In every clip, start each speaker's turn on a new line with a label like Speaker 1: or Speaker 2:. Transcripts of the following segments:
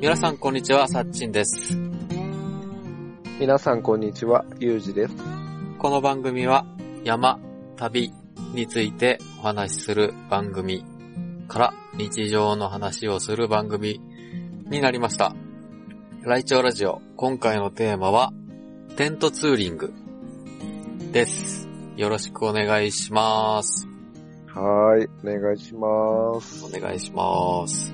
Speaker 1: 皆さん、こんにちは。さっちんです。
Speaker 2: 皆さん、こんにちは。ゆうじです。
Speaker 1: この番組は、山、旅についてお話しする番組から、日常の話をする番組になりました。ライチョウラジオ、今回のテーマは、テントツーリングです。よろしくお願いします。
Speaker 2: はーい。お願いします。
Speaker 1: お願いします。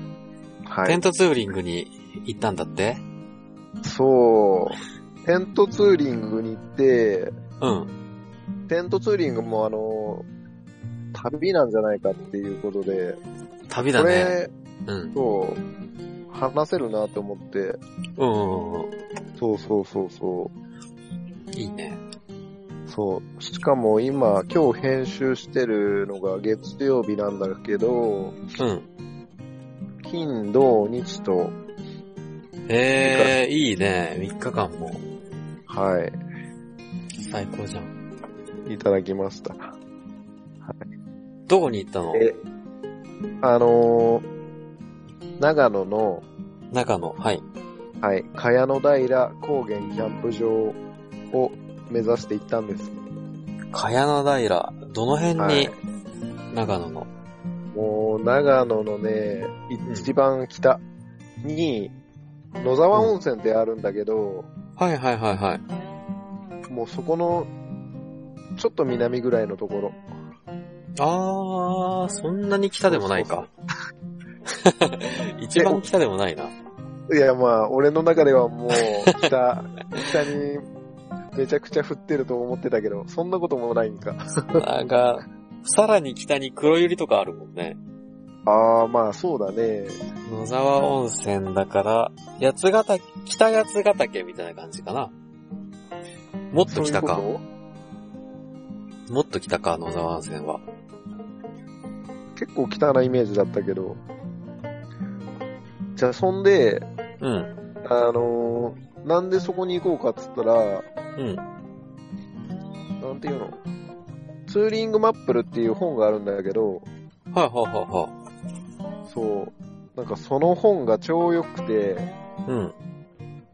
Speaker 2: は
Speaker 1: テ
Speaker 2: い
Speaker 1: ン。トツーリングに行ったんだって
Speaker 2: そう。テントツーリングに行って、
Speaker 1: うん。
Speaker 2: テントツーリングもあの、旅なんじゃないかっていうことで、
Speaker 1: 旅だ
Speaker 2: こ
Speaker 1: ね。
Speaker 2: れ、
Speaker 1: うん。
Speaker 2: そう、話せるなと思って、
Speaker 1: うんうんうんうん。
Speaker 2: そうそうそうそ
Speaker 1: いいね。
Speaker 2: う。そう。しかも今、今日編集してるのが月曜日なんだけ
Speaker 1: う
Speaker 2: ど、
Speaker 1: ん。
Speaker 2: 金、土、日と、
Speaker 1: えー、いいね。3日間も。
Speaker 2: は
Speaker 1: 最高じゃん。
Speaker 2: い、いただきました。
Speaker 1: どこに行ったの
Speaker 2: え、あのー、長野の、
Speaker 1: 中野。はい。
Speaker 2: はい、茅野平高原キャンプ場を目指して行ったんです。
Speaker 1: 茅野平。どの辺に、
Speaker 2: はい
Speaker 1: 長野の。
Speaker 2: もう、長野のね、一番北に、野沢温泉ってあるんだけど、
Speaker 1: はいはいはいはい。
Speaker 2: もうそこの、ちょっと南ぐらいのところ。
Speaker 1: あー、そんなに北でもないか。 一番北でもないな。
Speaker 2: いや、まあ、俺の中ではもう、北、北に、めちゃくちゃ降ってると思ってたけど、そんなこともないんか。
Speaker 1: なんか、さらに北に黒百合とかあるもんね。
Speaker 2: ああ、まあ、そうだね。
Speaker 1: 野沢温泉だから、八ヶ岳、北八ヶ岳みたいな感じかな。もっと北か
Speaker 2: そう。いうこ
Speaker 1: もっと北か、野沢温泉は。
Speaker 2: と結構北なイメージだったけど。じゃあ、そんで、
Speaker 1: うん。
Speaker 2: あのーなんでそこに行こうかっつったら、
Speaker 1: うん。
Speaker 2: なんていうのツーリングマップルっていう本があるんだけど、
Speaker 1: はいはいはいは
Speaker 2: そう、なんかその本が超良くて、
Speaker 1: い。うん。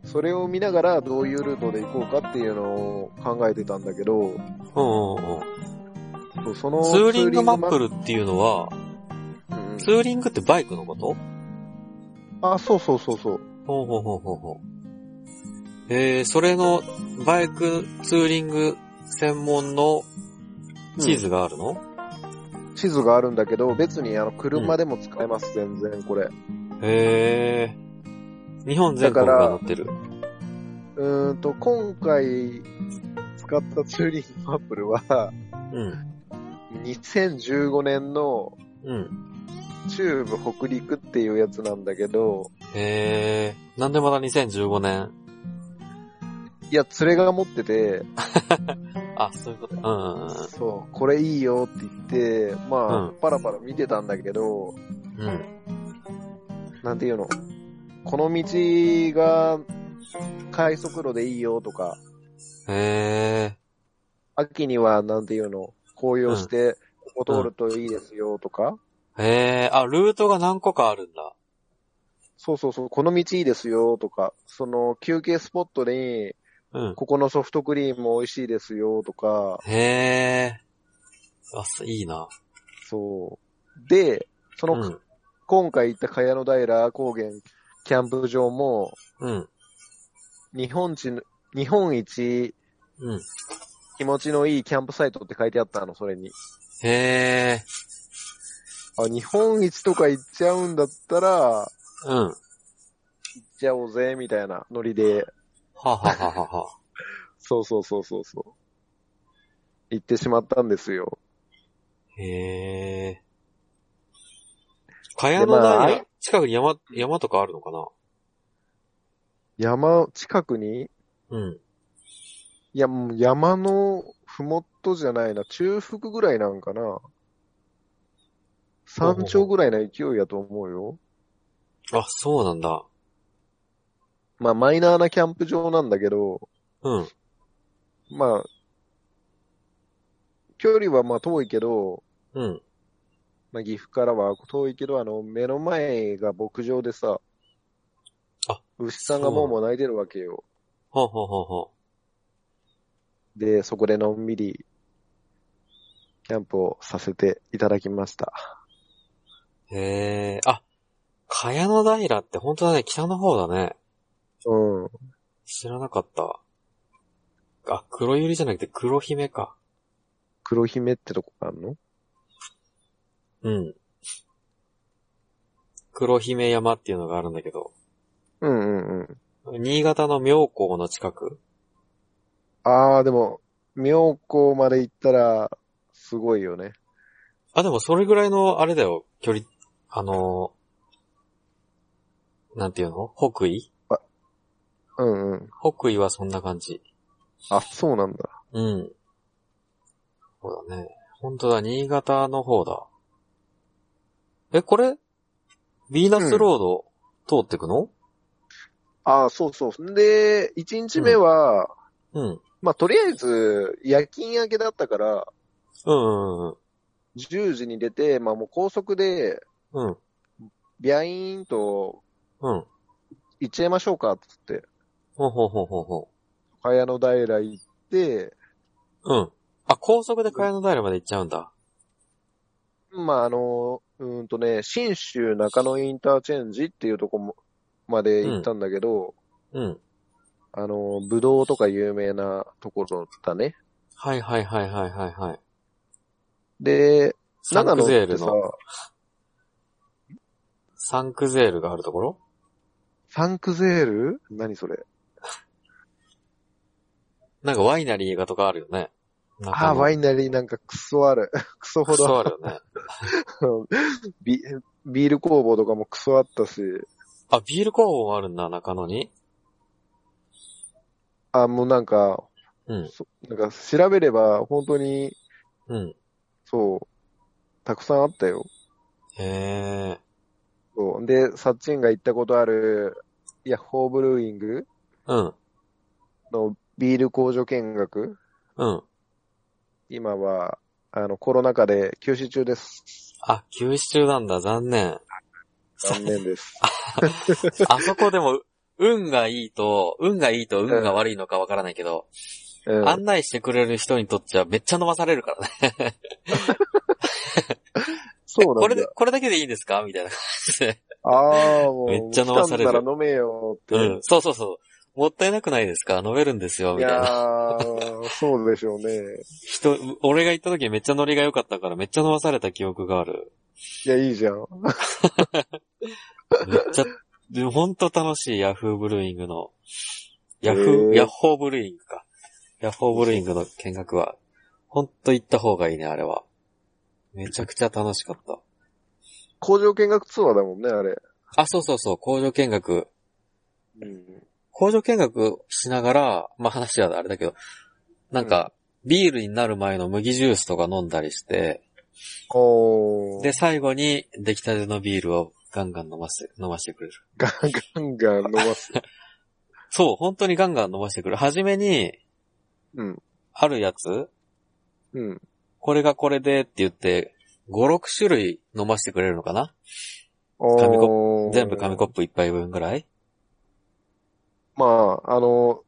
Speaker 2: それを見ながらどういうルートで行こうかっていうのを考えてたんだけど、
Speaker 1: うんうんうん。
Speaker 2: そうその
Speaker 1: ツーリングマップ
Speaker 2: ル、
Speaker 1: ルっていうのは、
Speaker 2: うんうん
Speaker 1: ツーリングってバイクのこと
Speaker 2: あ、そうそうそうそう。
Speaker 1: ほうほうほうほうほう。えー、それのバイクツーリング専門の地図があるの、
Speaker 2: 地図があるんだけど、別にあの車でも使えます、全然これ。
Speaker 1: へー。日本全国が載ってる。
Speaker 2: うーんと、今回使ったツーリングマップルは、
Speaker 1: うん。
Speaker 2: 2015年の
Speaker 1: うん。
Speaker 2: 中部北陸っていうやつなんだけど、
Speaker 1: へー。なんでまだ2015年
Speaker 2: いや、連れが持ってて、
Speaker 1: あ、そういうこと。う
Speaker 2: そう、これいいよって言って、まあ、
Speaker 1: うん
Speaker 2: パラパラ見てたんだけど、
Speaker 1: んうんうん。うん。
Speaker 2: なんていうの、この道が快速路でいいよとか、
Speaker 1: へ
Speaker 2: 秋にはなんていうの、紅葉して、ここ通るといいですよとか、
Speaker 1: ー。へー。あ、ルートが何個かあるんだ。
Speaker 2: そうそうそう、この道いいですよとか、その休憩スポットに、
Speaker 1: うん。
Speaker 2: ここのソフトクリーム美味しいですよとか、
Speaker 1: へー。あ、すいいな。
Speaker 2: そう。で、そうの、
Speaker 1: ん。
Speaker 2: 今回行った茅野平高原キャンプ場も、
Speaker 1: うん。
Speaker 2: 日本一の、日本一
Speaker 1: うん。
Speaker 2: 気持ちのいいキャンプサイトって書いてあったの、それに。
Speaker 1: へ
Speaker 2: あ、日本一とか行っちゃうんだったら、行
Speaker 1: ー。うん。
Speaker 2: っちゃおうぜ、みたいなノリで。
Speaker 1: ははははは。
Speaker 2: そうそうそうそうそう。行ってしまったんですよ。
Speaker 1: へえ。茅野
Speaker 2: でまあ
Speaker 1: 平、近くに山、山とかあるのかな
Speaker 2: 山、近くに
Speaker 1: うん。
Speaker 2: いや、もう山のふもとじゃないな、中腹ぐらいなんかな。山頂ぐらいな勢いやと思うよ。
Speaker 1: あ、そうなんだ。
Speaker 2: まあ、マイナーなキャンプ場なんだけど、
Speaker 1: うん。
Speaker 2: まあ、距離はまあ遠いけど、
Speaker 1: うん。
Speaker 2: まあ岐阜からは遠いけど、あの、目の前が牧場でさ、
Speaker 1: あ
Speaker 2: 牛さんがもうもう泣いてるわけよ。
Speaker 1: ほうほうほうほ
Speaker 2: で、そこでのんびり、キャンプをさせていただきました。
Speaker 1: う。へえ、あ、茅野平って本当だね、北の方だね。
Speaker 2: うん。
Speaker 1: 知らなかった。あ、黒百合じゃなくて黒姫か。
Speaker 2: 黒姫ってとこがあるの
Speaker 1: うん。黒姫山っていうのがあるんだけど、
Speaker 2: うんうんうん。
Speaker 1: 新潟の妙高の近く。
Speaker 2: あー、でも、妙高まで行ったら、すごいよね。
Speaker 1: あ、でもそれぐらいの、あれだよ、距離、あのーなんていうの北緯
Speaker 2: うんうん。
Speaker 1: 北緯はそんな感じ。
Speaker 2: あ、そうなんだ。
Speaker 1: うん。そうだね。本当だ、新潟の方だ。え、これ、ヴィーナスロード、通ってくの
Speaker 2: あー、そうそう。で、1日目は、
Speaker 1: うん。
Speaker 2: まあ、とりあえず、夜勤明けだったから、
Speaker 1: うんうん
Speaker 2: 10時に出て、まあもう高速で、
Speaker 1: うん。うん。
Speaker 2: ビャイーンと
Speaker 1: うん。
Speaker 2: 行っちゃいましょうかっつって、
Speaker 1: ほうほうほうほうほ
Speaker 2: 茅野平行って、
Speaker 1: う。うん。あ、高速で茅野平まで行っちゃうんだ。
Speaker 2: まああの、うーんとね、新州中野インターチェンジっていうとこもまで行ったんだけど、
Speaker 1: うん。
Speaker 2: あの、ぶどうとか有名なところだね。
Speaker 1: はいはいはいはいはいはい。
Speaker 2: で、
Speaker 1: サ
Speaker 2: 長
Speaker 1: ンク
Speaker 2: 野
Speaker 1: ゼー
Speaker 2: って
Speaker 1: ル
Speaker 2: さ、
Speaker 1: の、サンクゼールがあるところ
Speaker 2: サンクゼール何それ
Speaker 1: なんかワイナリーがとかあるよね。
Speaker 2: ああ、ワ
Speaker 1: イ
Speaker 2: イナリーなんかクソある。 クソほど
Speaker 1: そうあるよね。
Speaker 2: ビビール工房とかもクソあったし、
Speaker 1: あ、ビール工房もあるんだ、中野に。
Speaker 2: あ、もうなんか、
Speaker 1: うん
Speaker 2: そなんか調べれば本当に、
Speaker 1: うん。
Speaker 2: そう、たくさんあったよ。
Speaker 1: へえ。
Speaker 2: そうで、サッチンが行ったことある、ヤッホーブルーイング
Speaker 1: うん。
Speaker 2: のビール工場見学、
Speaker 1: うん。
Speaker 2: 今は、あの、コロナ禍で休止中です。
Speaker 1: あ、休止中なんだ、残 念。
Speaker 2: 残念です。
Speaker 1: あそこでも、運がいいと、運がいいと運が悪いのかわからないけど、
Speaker 2: うん、
Speaker 1: 案内してくれる人にとっちゃめっちゃ飲まされるからね。
Speaker 2: そう
Speaker 1: こ
Speaker 2: な
Speaker 1: れ
Speaker 2: ん
Speaker 1: で
Speaker 2: だ。、
Speaker 1: これだけでいいんですかみたいな感じで。
Speaker 2: ああ、もう、
Speaker 1: めっちゃ飲まされる
Speaker 2: 来たんなら飲めよって。
Speaker 1: うん。そうそうそう。もったいなくないですか飲めるんですよ、
Speaker 2: い
Speaker 1: みたい
Speaker 2: や
Speaker 1: な。
Speaker 2: ー、そうでしょうね。
Speaker 1: 人、俺が行った時めっちゃノリが良かったからめっちゃ飲まされた記憶がある。
Speaker 2: いや、いいじゃん。
Speaker 1: めっちゃ、でもほんと楽しい、ヤフーブルーイングの。ヤ
Speaker 2: へ
Speaker 1: フー、
Speaker 2: ー
Speaker 1: ヤッホーブルーイングか。ヤッホーブルーイングの見学は、ほんと行った方がいいね、あれは。めちゃくちゃ楽しかった。
Speaker 2: 工場見学ツアーだもんね、あれ。
Speaker 1: あ、そうそうそう、工場見学。
Speaker 2: うん。
Speaker 1: 工場見学しながら、まあ話はあれだけど、なんか、ビールになる前の麦ジュースとか飲んだりして、
Speaker 2: おー。
Speaker 1: で、最後に出来たてのビールをガンガン飲ませて、飲ませてくれる。
Speaker 2: ガンガンガン伸ばす。
Speaker 1: そう、本当にガンガン飲ませてくれる。はじめに、
Speaker 2: うん。
Speaker 1: あるやつ、
Speaker 2: うん。
Speaker 1: これがこれでって言って、5、6種類飲ませてくれるのかな紙
Speaker 2: おー
Speaker 1: 全部紙コップ1杯分ぐらい
Speaker 2: まあ、あの、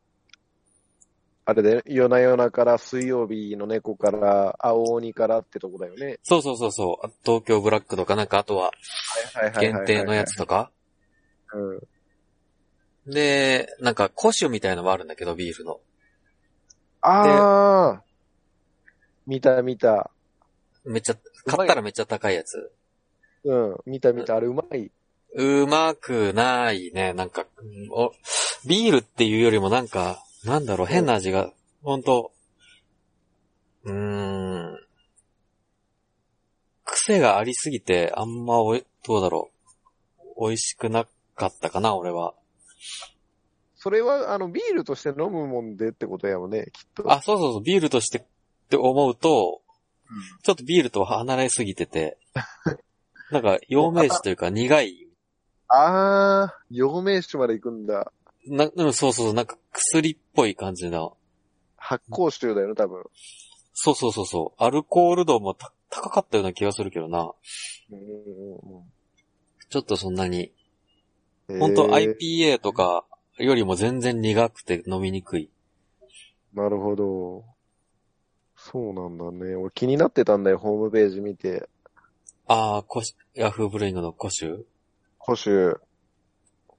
Speaker 2: あれで、夜な夜なから水曜日の猫から青鬼からってとこだよね。
Speaker 1: そうそうそうそう。あ東京ブラックとかなんか、あとは
Speaker 2: はいはいはいは
Speaker 1: 限
Speaker 2: い。
Speaker 1: 定のやつ。とか。
Speaker 2: うん。
Speaker 1: で、なんか、古酒みたいのもあるんだけど、ビールの。
Speaker 2: あー。見た見た。
Speaker 1: めっちゃ、
Speaker 2: うまい
Speaker 1: 買ったらめっちゃ高いやつ。
Speaker 2: うん。見た見た。あれうまい。
Speaker 1: うまくないね。なんか、うんおビールっていうよりもなんか、なんだろう、変な味が、ほんと、うーん。癖がありすぎて、あんまおい、どうだろう。美味しくなかったかな、俺は。
Speaker 2: それは、あの、ビールとして飲むもんでってことやもんね、きっと。
Speaker 1: あ、そうそうそう、ビールとしてって思うと、ちょっとビールと離れすぎてて、 なんか、陽明酒というか苦い
Speaker 2: あー。陽明酒まで行くんだ。
Speaker 1: な、うん、そうそう、なんか薬っぽい感じの。
Speaker 2: 発酵臭だよね、多分。
Speaker 1: そうそうそうそう。アルコール度もた高かったような気がするけどな。
Speaker 2: うん
Speaker 1: ちょっとそんなに。
Speaker 2: うんうん。
Speaker 1: 本当
Speaker 2: えー
Speaker 1: IPA とかよりも全然苦くて飲みにくい。
Speaker 2: なるほど。そうなんだね。俺気になってたんだよ、ホームページ見て。
Speaker 1: ああ、コシ、ヤフーブルーイングのコシュ
Speaker 2: 古酒。
Speaker 1: う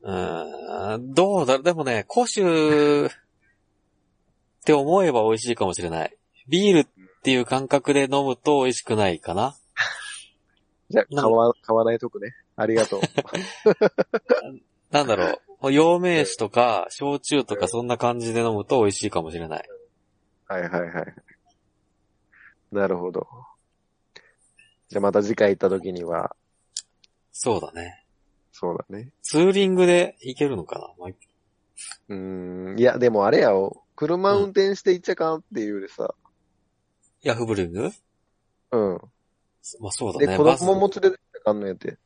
Speaker 1: ーん、どうだろう、でもね、コシュって思えば美味しいかもしれない。ビールっていう感覚で飲むと美味しくないかな。
Speaker 2: じゃあ、
Speaker 1: なん
Speaker 2: 買わ、買わないとくね。あり がとう。
Speaker 1: なんだろう、陽明酒とか、焼酎とかそんな感じで飲むと美味しいかもしれない。
Speaker 2: はいはいはい。なるほど。じゃあまた次回行った時には、
Speaker 1: そうだね。
Speaker 2: そうだね。
Speaker 1: ツーリングで行けるのかなまあ
Speaker 2: うーん、いや、でもあれやよ。車運転して行っちゃかんっていうよりさ。
Speaker 1: ヤフーブルーイング
Speaker 2: うん。
Speaker 1: まあそうだ
Speaker 2: で、
Speaker 1: ね。
Speaker 2: 子
Speaker 1: バス
Speaker 2: 供も連れて行っちゃかんのやって。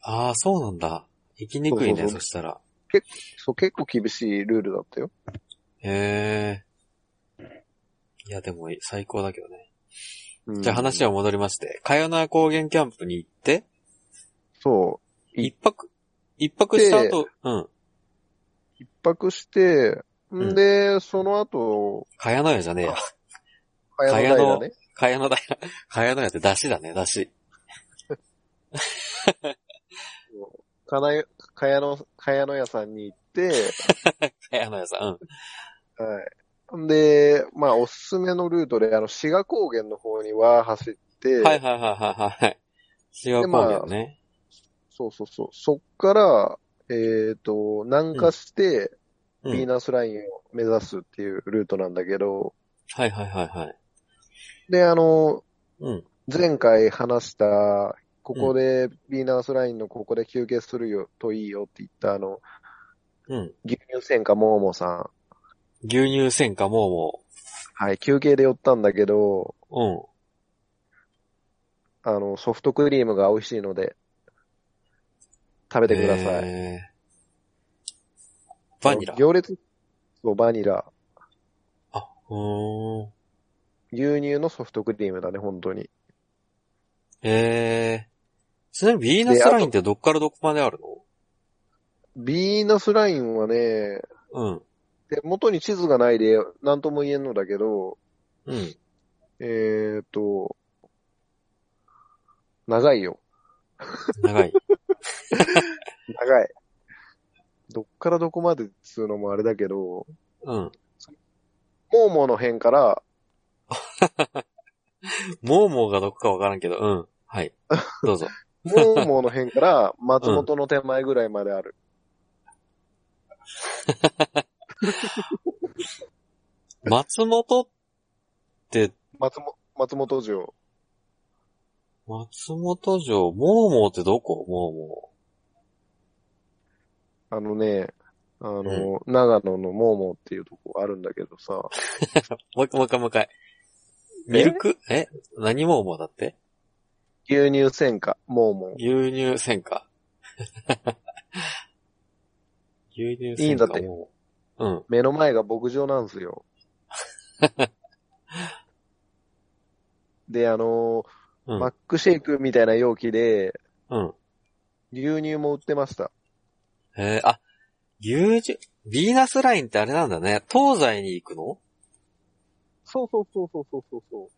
Speaker 1: ああ、そうなんだ。行きにくい
Speaker 2: そうそう
Speaker 1: ね、
Speaker 2: そ
Speaker 1: そしたら。
Speaker 2: そう、結構厳しいルールだったよ。
Speaker 1: へえ。いや、でも最高だけどね。
Speaker 2: うん
Speaker 1: じゃあ話は戻りまして、かよなや高原キャンプに行って、
Speaker 2: そう。
Speaker 1: 一泊、一泊した後、うん、
Speaker 2: 一泊して、
Speaker 1: うん
Speaker 2: んで、その後、
Speaker 1: かやのやじゃねえや。
Speaker 2: かやの台だね。
Speaker 1: か やのだや、かやのやって出汁だね、出汁。
Speaker 2: かなかやの、かやの屋さんに行って、
Speaker 1: かやのやさん、うん。
Speaker 2: はい。んで、まあ、おすすめのルートで、あの、志賀高原の方には走って、
Speaker 1: はいはいはいはいはい。滋賀高原ね。
Speaker 2: そうそうそう。そっから、えっ、と、南下して、
Speaker 1: う
Speaker 2: ヴ
Speaker 1: ん
Speaker 2: ィーナスラインを目指すっていうルートなんだけど、
Speaker 1: はいはいはいはい。
Speaker 2: で、あの、
Speaker 1: うん。
Speaker 2: 前回話した、ここで、ヴィーナスラインのここで休憩するよ、といいよって言った、あの、
Speaker 1: うん。
Speaker 2: 牛乳専科モーモさん。
Speaker 1: 牛乳戦かもうも
Speaker 2: はい、休憩で寄ったんだけど、
Speaker 1: う。うん。
Speaker 2: あの、ソフトクリームが美味しいので、食べてください。
Speaker 1: えーバニラ。う
Speaker 2: 行列、そう、バニラ。
Speaker 1: ーん。
Speaker 2: 牛乳のソフトクリームだね、本当に。
Speaker 1: えー。ちなみにヴィーナスラインってどっからどこまである
Speaker 2: ビーナスラインはね、
Speaker 1: の
Speaker 2: で元に地図がないで、なんとも言えんのだけど、
Speaker 1: うん。うん。
Speaker 2: えーっと、長いよ。
Speaker 1: 長い。
Speaker 2: 長い。どっからどこまでっつうのもあれだけど、
Speaker 1: うん。
Speaker 2: モーモの辺から、
Speaker 1: モーモーがどこかわからんけど、うん。はい。どう ぞ。
Speaker 2: モーモの辺から松本の手前ぐらいまである。
Speaker 1: 松本って、
Speaker 2: 松本、松本城。
Speaker 1: 松本城、モーモーってどこモーモ
Speaker 2: あのね、あの、長野のモーモっていうとこあるんだけどさ、
Speaker 1: ー。もう一回、もう一回、もう一回。ミルクえ何モーモーだって
Speaker 2: 牛乳専科、モーモ
Speaker 1: 牛乳戦か。牛乳
Speaker 2: いい
Speaker 1: 戦
Speaker 2: んだ
Speaker 1: か
Speaker 2: っ。て
Speaker 1: もううん。
Speaker 2: 目の前が牧場なんですよ。で、あの、
Speaker 1: うん。
Speaker 2: マックシェイクみたいな容器で、
Speaker 1: うん。
Speaker 2: 牛乳も売ってました。
Speaker 1: えー、あ、牛乳、ヴィーナスラインってあれなんだね。東西に行くの
Speaker 2: そうそうそうそうそうそうそう。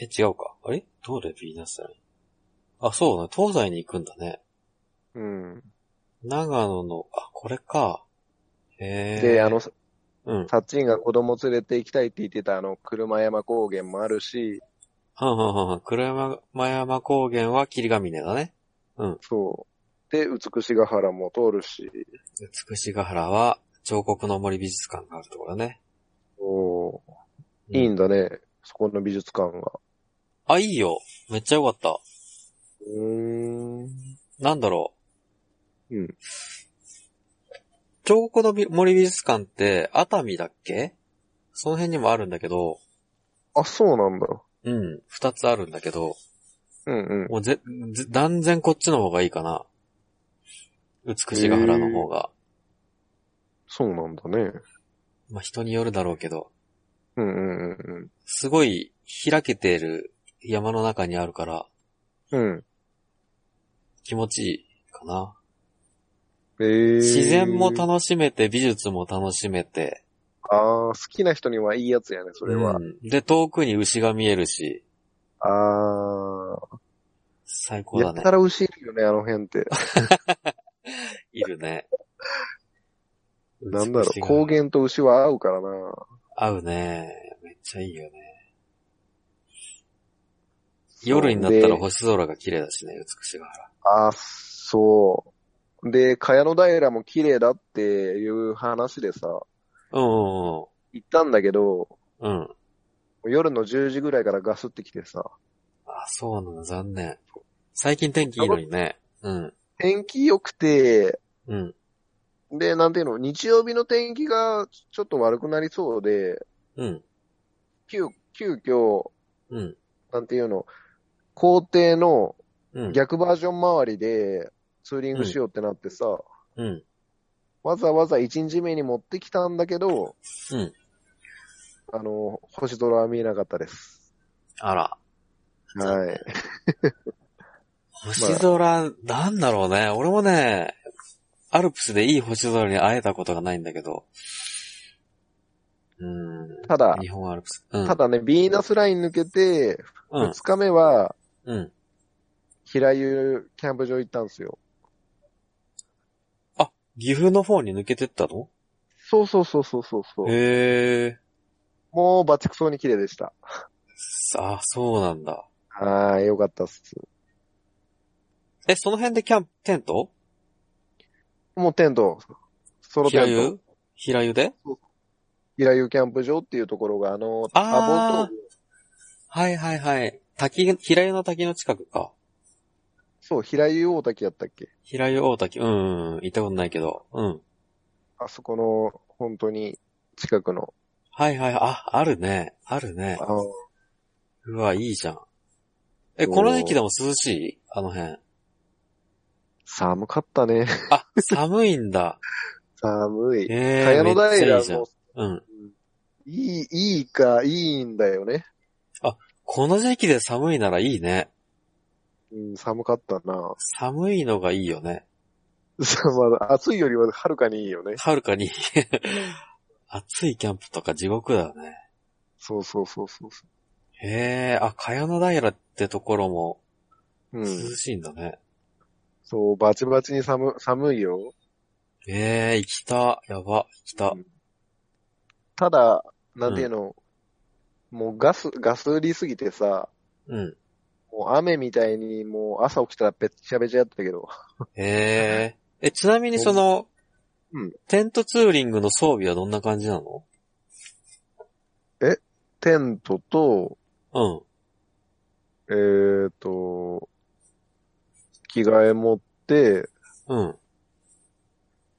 Speaker 1: え、違うか。あれどうでヴィーナスラインあ、そうだね。東西に行くんだね。
Speaker 2: うん。
Speaker 1: 長野の、あ、これか。へえ。
Speaker 2: で、あの、、
Speaker 1: うん。
Speaker 2: サッチンが子供連れて行きたいって言ってたあの、車山高原もあるし、
Speaker 1: はんはんはんはん。黒山、前山高原は霧ヶ峰だね。
Speaker 2: そう。で、美しが原も通るし、
Speaker 1: 美しが原は彫刻の森美術館があるところね。
Speaker 2: おー
Speaker 1: うん
Speaker 2: いいんだね、そこの美術館が。
Speaker 1: あ、いいよ。めっちゃよかった。
Speaker 2: うーん。
Speaker 1: なんだろ
Speaker 2: うん。
Speaker 1: う。彫刻のび森美術館って熱海だっけその辺にもあるんだけど、
Speaker 2: あ、そうなんだ。
Speaker 1: うん。二つあるんだけど、
Speaker 2: うんうん。
Speaker 1: もうぜ、ぜ断然こっちの方がいいかな。美しが原の方が。
Speaker 2: そうなんだね。
Speaker 1: まあ、人によるだろうけど。
Speaker 2: うんうんうん
Speaker 1: すごい開けてる山の中にあるから
Speaker 2: うん。うん。
Speaker 1: 気持ちいいかな。
Speaker 2: えー、
Speaker 1: 自然も楽しめて美術も楽しめて、
Speaker 2: ああ、好きな人にはいいやつやね、それは。
Speaker 1: うんで、遠くに牛が見えるし、
Speaker 2: ああ、
Speaker 1: 最高
Speaker 2: や
Speaker 1: だ
Speaker 2: っ
Speaker 1: ね
Speaker 2: た。ら牛いるよね、あの辺って。
Speaker 1: いるね。
Speaker 2: なんだろ
Speaker 1: 美し
Speaker 2: う、
Speaker 1: が
Speaker 2: 高原と牛は合うからな。
Speaker 1: 合うね。めっちゃいいよね。夜になったら
Speaker 2: で
Speaker 1: 星空が綺麗だしね、美しが原。
Speaker 2: あ、そう。で、茅野平も綺麗だっていう話でさ、
Speaker 1: うん
Speaker 2: 行ったんだけど、
Speaker 1: うんうん。うん。
Speaker 2: 夜の10時ぐらいからガスってきてさ、
Speaker 1: あ、そうなの、残念。最近天気いいのにね。うん。
Speaker 2: 天気良くて、
Speaker 1: うん。
Speaker 2: で、なんていうの、日曜日の天気がちょっと悪くなりそうで、
Speaker 1: うん。
Speaker 2: 急、急遽、
Speaker 1: うん。
Speaker 2: なんていうの、校庭の
Speaker 1: うん。
Speaker 2: 逆バージョン周りでツーリングしようってなってさ、
Speaker 1: うん。
Speaker 2: わざわざ1日目に持ってきたんだけど、
Speaker 1: うん。
Speaker 2: あの、星空は見えなかったです。
Speaker 1: あら。
Speaker 2: はい。
Speaker 1: 星空、なんだろうね。俺もね、アルプスでいい星空に会えたことがないんだけど。うん。
Speaker 2: ただ、
Speaker 1: 日本アルプス。うん。
Speaker 2: ただね、ヴィーナスライン抜けて、
Speaker 1: うん。
Speaker 2: 2日目は、
Speaker 1: うん。
Speaker 2: 平湯キャンプ場行ったんですよ。
Speaker 1: 岐阜の方に抜けてったの
Speaker 2: そうそうそうそうそうそう。
Speaker 1: へえ。
Speaker 2: もうバチクソに綺麗でした。
Speaker 1: あ、そうなんだ。
Speaker 2: はい、よかったっす。
Speaker 1: え、その辺でキャンプ、テント
Speaker 2: もうテント、ソロテ
Speaker 1: 平
Speaker 2: ント、
Speaker 1: 湯平湯で
Speaker 2: 平湯キャンプ場っていうところが、あの、
Speaker 1: あー
Speaker 2: アボト
Speaker 1: はいはいはい。滝、平湯の滝の近くか。
Speaker 2: そう、平湯大滝やったっけ
Speaker 1: 平湯大滝、うんうんうん、行ったことないけど。うん。
Speaker 2: あそこの、本当に、近くの。
Speaker 1: はいはい、あ、あるね。あるね。
Speaker 2: あの
Speaker 1: うわ、いいじゃん。え、
Speaker 2: そう
Speaker 1: この時期でも涼しいあの辺。
Speaker 2: 寒かったね。
Speaker 1: あ、寒いん だ。
Speaker 2: 寒い。
Speaker 1: ええ
Speaker 2: 茅野
Speaker 1: めっちゃい
Speaker 2: 平
Speaker 1: いじゃん
Speaker 2: も。、
Speaker 1: うん。
Speaker 2: いい、いいか、いいんだよね。
Speaker 1: この時期で寒いならいいね。
Speaker 2: うん、寒かったな。
Speaker 1: 寒いのがいいよね。
Speaker 2: そうまだ暑いよりははるかにいいよね。
Speaker 1: はるかに。暑いキャンプとか地獄だよね。
Speaker 2: そうそうそうそうそ
Speaker 1: へえ、あ、茅野平ってところも
Speaker 2: う。う
Speaker 1: 涼
Speaker 2: ん。
Speaker 1: しいんだね。
Speaker 2: そう、バチバチに寒、寒いよ。
Speaker 1: ええ行きた。やば、行きた
Speaker 2: う。んただ、なんていうの、もうガス、ガス売りすぎてさ、
Speaker 1: うん。
Speaker 2: もう雨みたいにもう朝起きたらべっちゃべちゃやったけど、
Speaker 1: えええ、ちなみにその、
Speaker 2: うん
Speaker 1: テントツーリングの装備はどんな感じなの
Speaker 2: テントと、
Speaker 1: うん。
Speaker 2: えーと、着替え持って、
Speaker 1: うん。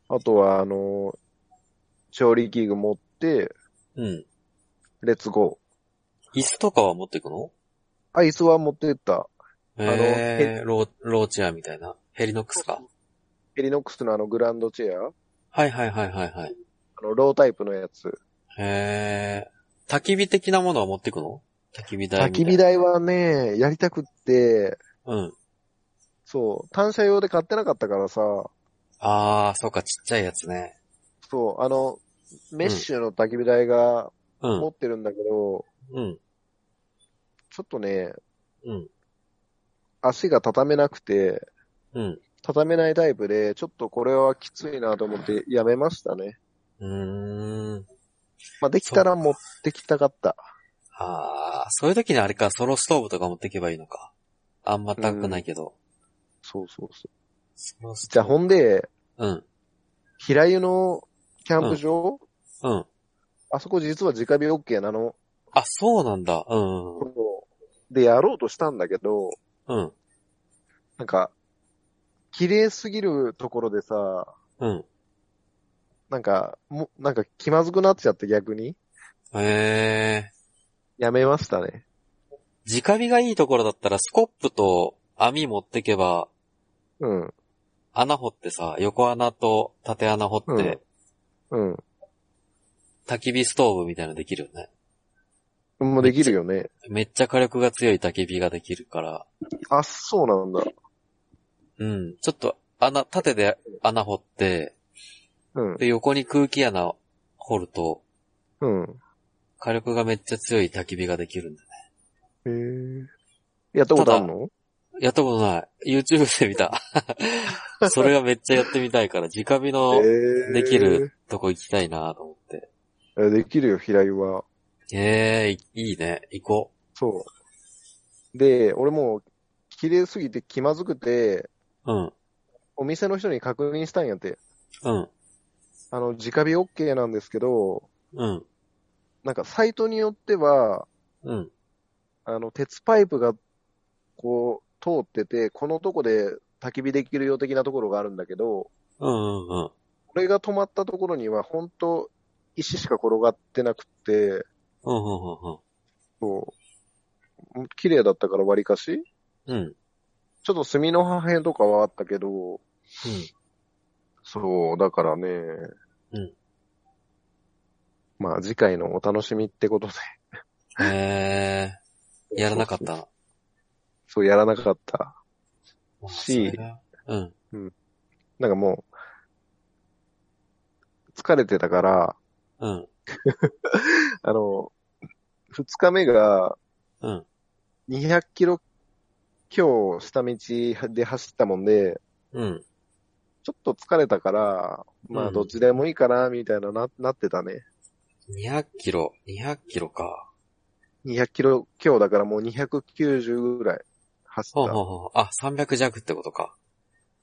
Speaker 2: あとはあの、調理器具持って、
Speaker 1: うん。
Speaker 2: レッツゴ
Speaker 1: 椅子とかは持っていくの
Speaker 2: ー。あ、椅子は持ってった。
Speaker 1: ええロー、ローチェアみたいな。ヘリノックスか。
Speaker 2: エリノックスのあのグランドチェア
Speaker 1: はいはいはいはいはい。
Speaker 2: あの、ロータイプのやつ。
Speaker 1: へえ焚き火的なものは持っていくの焚き火台
Speaker 2: 焚
Speaker 1: みたい
Speaker 2: き
Speaker 1: な。
Speaker 2: 火台はね、やりたくって、
Speaker 1: うん。
Speaker 2: そう、単車用で買ってなかったからさ、
Speaker 1: ああ、そうか、ちっちゃいやつね。
Speaker 2: そう、あの、メッシュの焚き火台が
Speaker 1: う
Speaker 2: 持
Speaker 1: ん。
Speaker 2: ってるんだけど、
Speaker 1: うん。
Speaker 2: ちょっとね、
Speaker 1: うん。
Speaker 2: 足が畳めなくて、
Speaker 1: うん。
Speaker 2: 畳めないタイプで、ちょっとこれはきついなと思ってやめましたね。
Speaker 1: うーん。
Speaker 2: まあ、できたら持ってきたかった。
Speaker 1: ああ、そういう時にあれか、ソロストーブとか持ってけばいいのか。あんま高くないけど。
Speaker 2: そうそうそう。
Speaker 1: ソロス
Speaker 2: じゃあほんで、
Speaker 1: うん、
Speaker 2: 平湯のキャンプ場、
Speaker 1: うん。
Speaker 2: あそこ実は直火 OK なの。
Speaker 1: あ、そうなんだ。うん、うん
Speaker 2: で、やろうとしたんだけど、
Speaker 1: うん、
Speaker 2: なんか、綺麗すぎるところでさ、
Speaker 1: うん。
Speaker 2: なんか、も、なんか気まずくなっちゃって逆に。
Speaker 1: へえ。
Speaker 2: やめましたね。
Speaker 1: 直火がいいところだったら、スコップと網持ってけば、
Speaker 2: うん。
Speaker 1: 穴掘ってさ、横穴と縦穴掘って、
Speaker 2: うん。
Speaker 1: 焚き火ストーブみたいなのできるよね。
Speaker 2: もうできるよね。
Speaker 1: めっちゃ火力が強い焚き火ができるから、
Speaker 2: あ、そうなんだ。
Speaker 1: うん。ちょっと穴、縦で穴掘って、
Speaker 2: うん。
Speaker 1: で、横に空気穴掘ると、
Speaker 2: うん。
Speaker 1: 火力がめっちゃ強い焚き火ができるんだね。
Speaker 2: へーやったことあるの
Speaker 1: やったことない。YouTube で見た。 それがめっちゃやってみたいから、直火の
Speaker 2: え
Speaker 1: できる。とこ行きたいなと思って。
Speaker 2: えできるよ、平井は。
Speaker 1: ええいいいね。行こ
Speaker 2: そう。で、俺もう、綺麗すぎて気まずくて、
Speaker 1: う。うん。
Speaker 2: お店の人に確認したんやって。
Speaker 1: うん。
Speaker 2: あの、直火 OK なんですけど、
Speaker 1: うん。
Speaker 2: なんかサイトによっては、
Speaker 1: うん。
Speaker 2: あの、鉄パイプが、こう、通ってて、このとこで焚き火できるよ的なところがあるんだけど、
Speaker 1: うん。うん。
Speaker 2: 俺が止まったところには、ほんと、石しか転がってなくて、
Speaker 1: うん。うん。
Speaker 2: そう、綺麗だったから割りかし
Speaker 1: うん。うん。
Speaker 2: ちょっと炭の破片とかはあったけど、そう、だからね。
Speaker 1: うん。
Speaker 2: まあ次回のお楽しみってことで。
Speaker 1: ええやらなかったの。
Speaker 2: そう、やらなかった。し
Speaker 1: それがうん。
Speaker 2: なんかもう、疲れてたから、
Speaker 1: うん。
Speaker 2: あの、二日目が
Speaker 1: うん。
Speaker 2: 200キロ強下道で走ったもんで、
Speaker 1: うん。
Speaker 2: ちょっと疲れたから、ま
Speaker 1: う
Speaker 2: あ
Speaker 1: ん
Speaker 2: どっちでもいいかな、みたいなな、なってたね。
Speaker 1: 200キロ。200キロか。
Speaker 2: 200キロ強だからもう290ぐらい走
Speaker 1: ほう
Speaker 2: っ
Speaker 1: ほうほう。あ、300弱ってことか。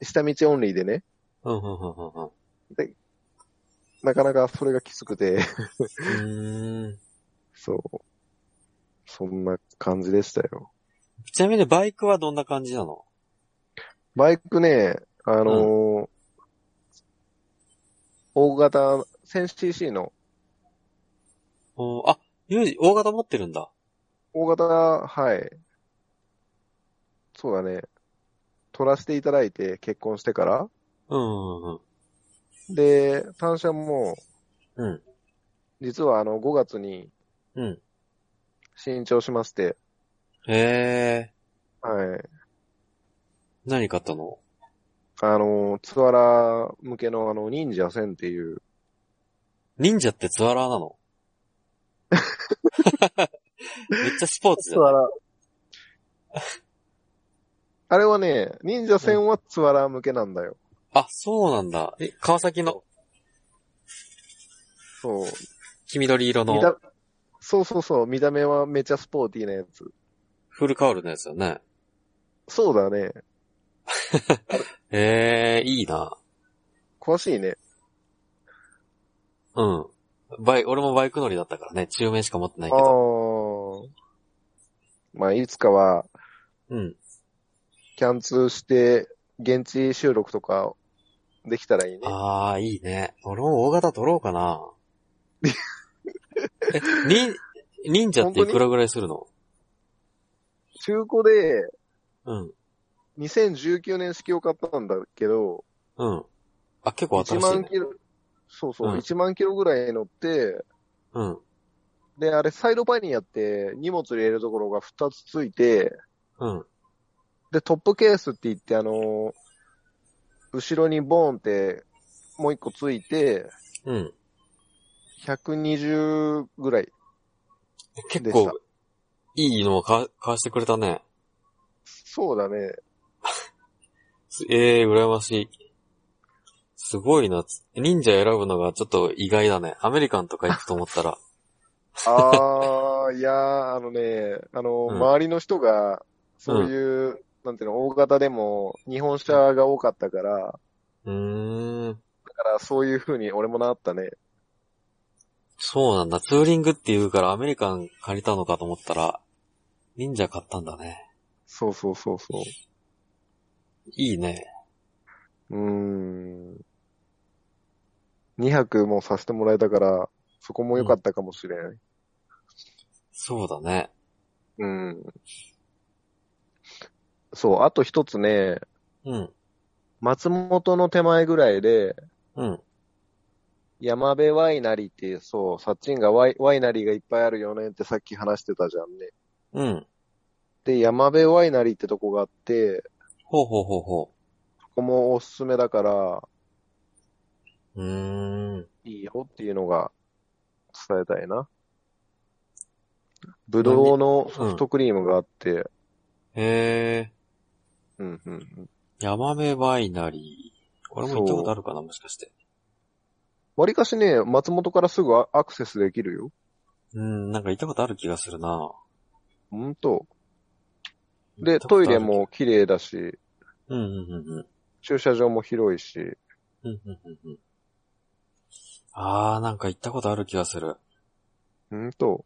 Speaker 2: た。下道オンリーでね、
Speaker 1: うん、うん、うん、うんうん。
Speaker 2: なかなかそれがきつくて。
Speaker 1: うーん。
Speaker 2: そう。そんな感じでしたよ。
Speaker 1: ちなみにバイクはどんな感じなの
Speaker 2: バイクね、あのー大型、1000cc の
Speaker 1: おーあ、ユージ、大型持ってるんだ。
Speaker 2: 大型、はい。そうだね。取らせていただいて、結婚してから。
Speaker 1: うん、うん、うん。
Speaker 2: で、単車も、
Speaker 1: うん。
Speaker 2: 実はあの、5月に
Speaker 1: うん。
Speaker 2: 新調しまして、
Speaker 1: へえ。
Speaker 2: はい。
Speaker 1: 何買ったの
Speaker 2: あのー、ツアラ向けのあの、忍者1000っていう、
Speaker 1: 忍者ってツアラーな のめっちゃスポーツじゃん。
Speaker 2: アラ。 あれはね、忍者戦はツアラー向けなんだよ。
Speaker 1: あ、そうなんだ。え、川崎の
Speaker 2: そう。
Speaker 1: 黄緑色
Speaker 2: 見
Speaker 1: の
Speaker 2: た、そうそうそう、見た目はめちゃスポーティーなやつ。
Speaker 1: フルカウルのやつよね。
Speaker 2: そうだね。
Speaker 1: へえ、いいな。
Speaker 2: 詳しいね。
Speaker 1: うん。バイ、俺もバイク乗りだったからね、中面しか持ってない
Speaker 2: あ
Speaker 1: けど。
Speaker 2: ー。まあ、いつかは、
Speaker 1: うん。
Speaker 2: キャンツーして、現地収録とか、できたらいいね。
Speaker 1: ああ、いいね。俺も大型取ろうか な。え、忍、忍者っていくらぐらいするの
Speaker 2: 中古で、
Speaker 1: うん。
Speaker 2: 2019年式を買ったんだけど、
Speaker 1: うん。あ、結構
Speaker 2: 1
Speaker 1: 新しい、
Speaker 2: 万
Speaker 1: ね。
Speaker 2: キロ、そうそう、
Speaker 1: うん
Speaker 2: 1万キロぐらい乗って、
Speaker 1: うん。
Speaker 2: で、あれ、サイドバニアって、荷物入れるところが2つついて、
Speaker 1: うん。
Speaker 2: で、トップケースって言って、あのー後ろにボーンって、もう一個ついて、
Speaker 1: うん。
Speaker 2: 120ぐらい。
Speaker 1: 結
Speaker 2: でした
Speaker 1: 構、いいのを買わ買わしてくれたね。
Speaker 2: そうだね。
Speaker 1: すええー、羨ましい。すごいな。つ忍者選ぶのがちょっと意外だね。アメリカンとか行くと思った ら。
Speaker 2: あー、いやー、あのね、あのー
Speaker 1: うん
Speaker 2: 周りの人が、そういう、なんていうの、大型でも、日本車が多かったから、
Speaker 1: うーん。
Speaker 2: だからそういう風に俺もなったね。
Speaker 1: そうなんだ。ツーリングって言うからアメリカン借りたのかと思ったら、忍者買ったんだね。
Speaker 2: そうそうそうそ
Speaker 1: いいね。
Speaker 2: う。うーん。2泊もさせてもらえたから、そこも良かったかもしれない。
Speaker 1: そうだね。
Speaker 2: うん。そう、あと一つね、
Speaker 1: うん。
Speaker 2: 松本の手前ぐらいで、
Speaker 1: うん。
Speaker 2: 山辺ワイナリーって、そう、サッチンがワイワイナリーがいっぱいあるよねってさっき話してたじゃんね。
Speaker 1: うん。
Speaker 2: で、山辺ワイナリーってとこがあって、
Speaker 1: ほうほうほうほ
Speaker 2: ここもおすすめだから、
Speaker 1: う。うーん。
Speaker 2: いいよっていうのが伝えたいな。ぶどうのソフトクリームがあって、
Speaker 1: へえ。
Speaker 2: うんうんうん。
Speaker 1: ヤマメワイナリー。これも行ったことあるかなもしかして。
Speaker 2: わりかしね、松本からすぐアアクセスできるよ。
Speaker 1: うん、なんか行ったことある気がするな。
Speaker 2: ほんと。で、
Speaker 1: 行ったこと
Speaker 2: ト
Speaker 1: ある
Speaker 2: イレ。も綺麗だし、
Speaker 1: うんうんうんうん。
Speaker 2: 駐車場も広いし、
Speaker 1: うんうんうんうん。あー、なんか行ったことある気がする。
Speaker 2: ほんと。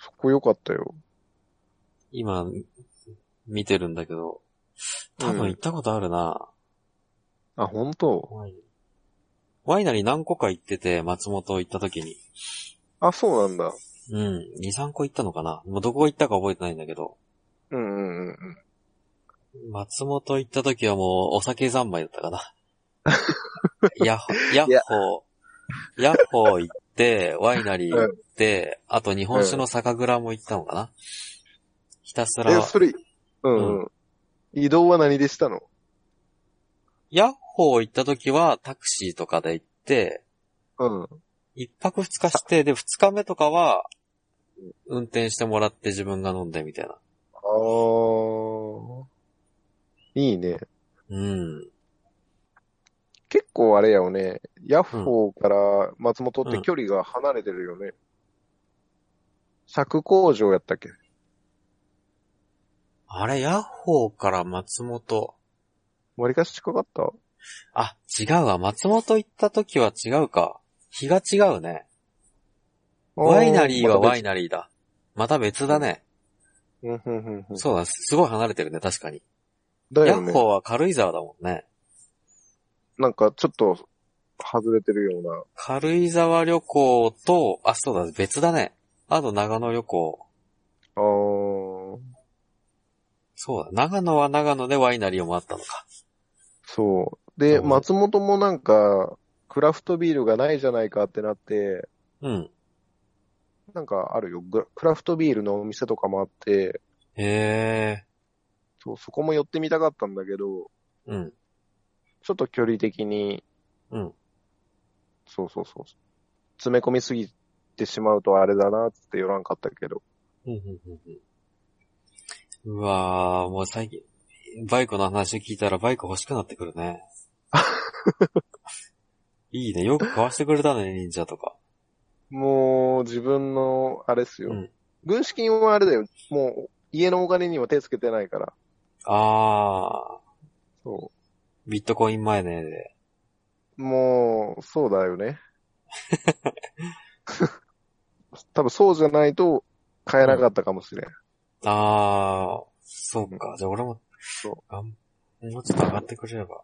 Speaker 2: そこ良かったよ。
Speaker 1: 今、見てるんだけど、多分行ったことあるな。
Speaker 2: あ、ほんと。
Speaker 1: ワイワイナリー何個か行ってて、松本行った時に。
Speaker 2: あ、そうなんだ。
Speaker 1: うん、2、3個行ったのかなもうどこ行ったか覚えてないんだけど。
Speaker 2: うんうんうんうん。
Speaker 1: 松本行った時はもうお酒三昧だったか な。ヤッホー、ヤ
Speaker 2: い
Speaker 1: ッ
Speaker 2: や
Speaker 1: ホー、ヤッホー行って、ワイナリー行って、あと日本酒の酒蔵も行ったのかな。ひたす
Speaker 2: え、
Speaker 1: ら、
Speaker 2: それ、うん、うん。移動は何でしたの
Speaker 1: ヤッホー行った時はタクシーとかで行って、
Speaker 2: うん。
Speaker 1: 一泊二日して、で二日目とかは、運転してもらって自分が飲んでみたいな。
Speaker 2: あー。いいね。
Speaker 1: うん。
Speaker 2: 結構あれやよね、ヤッホーから松本って距離が離れてるよね。尺工場やったっけ
Speaker 1: あれ、ヤッホーから松本。
Speaker 2: 割かし近かった
Speaker 1: あ、違うわ。松本行った時は違うか。日が違うね。ワイナリーはワイ
Speaker 2: ナ
Speaker 1: ナリーだ。また別だね。
Speaker 2: リー。うんうんうんうん
Speaker 1: そうだ、すごい離れてるね、確かに。
Speaker 2: だ
Speaker 1: ヤ
Speaker 2: よ
Speaker 1: ッ
Speaker 2: ね。
Speaker 1: ホーは軽井沢だもんね。
Speaker 2: なんかちょっと外れてるような。
Speaker 1: 軽井沢旅行と、あ、そうだ、別だね。あと長野旅行。
Speaker 2: あー、
Speaker 1: そうだ、長野は長野でワイナリーもあったのか。
Speaker 2: そう。
Speaker 1: な
Speaker 2: で、
Speaker 1: るほど
Speaker 2: 松本もなんか、クラフトビールがないじゃないかってなって、
Speaker 1: うん。
Speaker 2: なんかあるよ。グラクラフトビールのお店とかもあって、
Speaker 1: へえ。
Speaker 2: そう、そこも寄ってみたかったんだけど、
Speaker 1: うん。
Speaker 2: ちょっと距離的に
Speaker 1: うん。
Speaker 2: そうそうそう。詰め込みすぎてしまうとあれだなっつって寄らんかったけど。
Speaker 1: うんうんうんうんうわー、もう最近、バイクの話聞いたらバイク欲しくなってくる ね。いいね、よく買わしてくれたね、忍者とか。
Speaker 2: もう、自分の、あれっすよ。
Speaker 1: うん
Speaker 2: 軍資金はあれだよ。もう、家のお金には手つけてないから。
Speaker 1: あ
Speaker 2: そ
Speaker 1: ー、ビットコインマネーで。
Speaker 2: う。もう、そうだよね。 多分そうじゃないと、買えなかったかもしれん。
Speaker 1: あー、そうか。じゃあ俺も、
Speaker 2: そ
Speaker 1: がんもうちょっと上がってくれれば。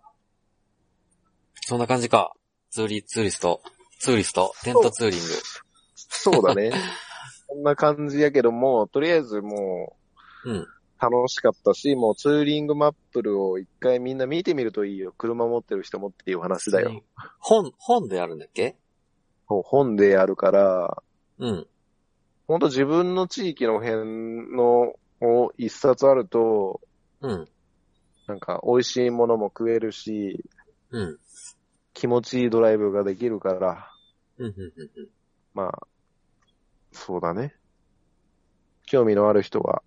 Speaker 1: そんな感じか。ツーリ、ツーリスト。ツーリスト。テントツーリング。
Speaker 2: そうだね。こんな感じやけども、とりあえずも
Speaker 1: うん。
Speaker 2: う、楽しかったし、もうツーリングマップルを一回みんな見てみるといいよ。車持ってる人もっていう話だよ。。
Speaker 1: 本、本であるんだっけ
Speaker 2: そう本でやるから、
Speaker 1: うん。
Speaker 2: ほんと自分の地域の辺のを一冊あると、
Speaker 1: うん。
Speaker 2: なんか美味しいものも食えるし、
Speaker 1: うん。
Speaker 2: 気持ちいいドライブができるから、
Speaker 1: うんうんうんうん
Speaker 2: まあ、そうだね。興味のある人は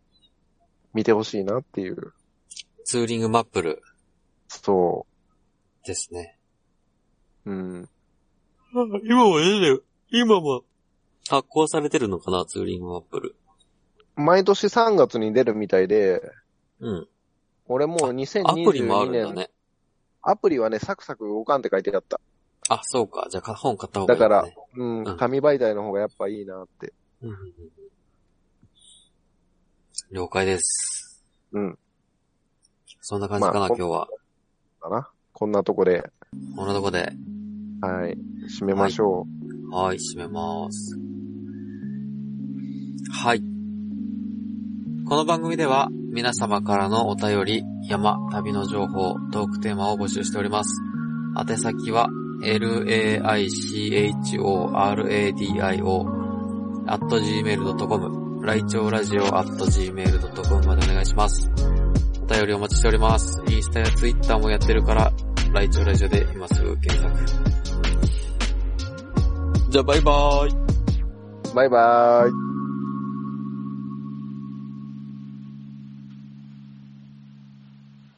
Speaker 2: 見てほしいなっていう。
Speaker 1: ツーリングマップル
Speaker 2: そ
Speaker 1: ですね。
Speaker 2: う。うん。
Speaker 1: 今も出てる。今も。発行されてるのかな、ツーリングマップル。
Speaker 2: 毎年3月に出るみたいで、
Speaker 1: うん。
Speaker 2: 俺もう
Speaker 1: アプリもあ
Speaker 2: 2022
Speaker 1: るんだ
Speaker 2: 年、
Speaker 1: ね。
Speaker 2: アプリはね、サクサク動かんって書いてあった。
Speaker 1: あ、そうか。じゃあ、本買った方がいい、ね。
Speaker 2: だから
Speaker 1: う
Speaker 2: うん
Speaker 1: うん。
Speaker 2: 紙媒体の方がやっぱいいなって。
Speaker 1: んうんうんうん。了解です。
Speaker 2: うん。
Speaker 1: そんな感じかな、
Speaker 2: まあ
Speaker 1: 今日は。
Speaker 2: だな。こんなとこで。
Speaker 1: こんなとこで。
Speaker 2: はい。締めましょ
Speaker 1: はい、閉めます。はい。この番組では皆様からのお便り、山、旅の情報、トークテーマを募集しております。宛先は、 laichhoradio gmail.com 来庁ラジオ gmail.com までお願いします。お便りお待ちしております。インスタやツイッターもやってるから、来庁ラジオで今すぐ検索。じゃあバイバーイ。
Speaker 2: バイバーイ。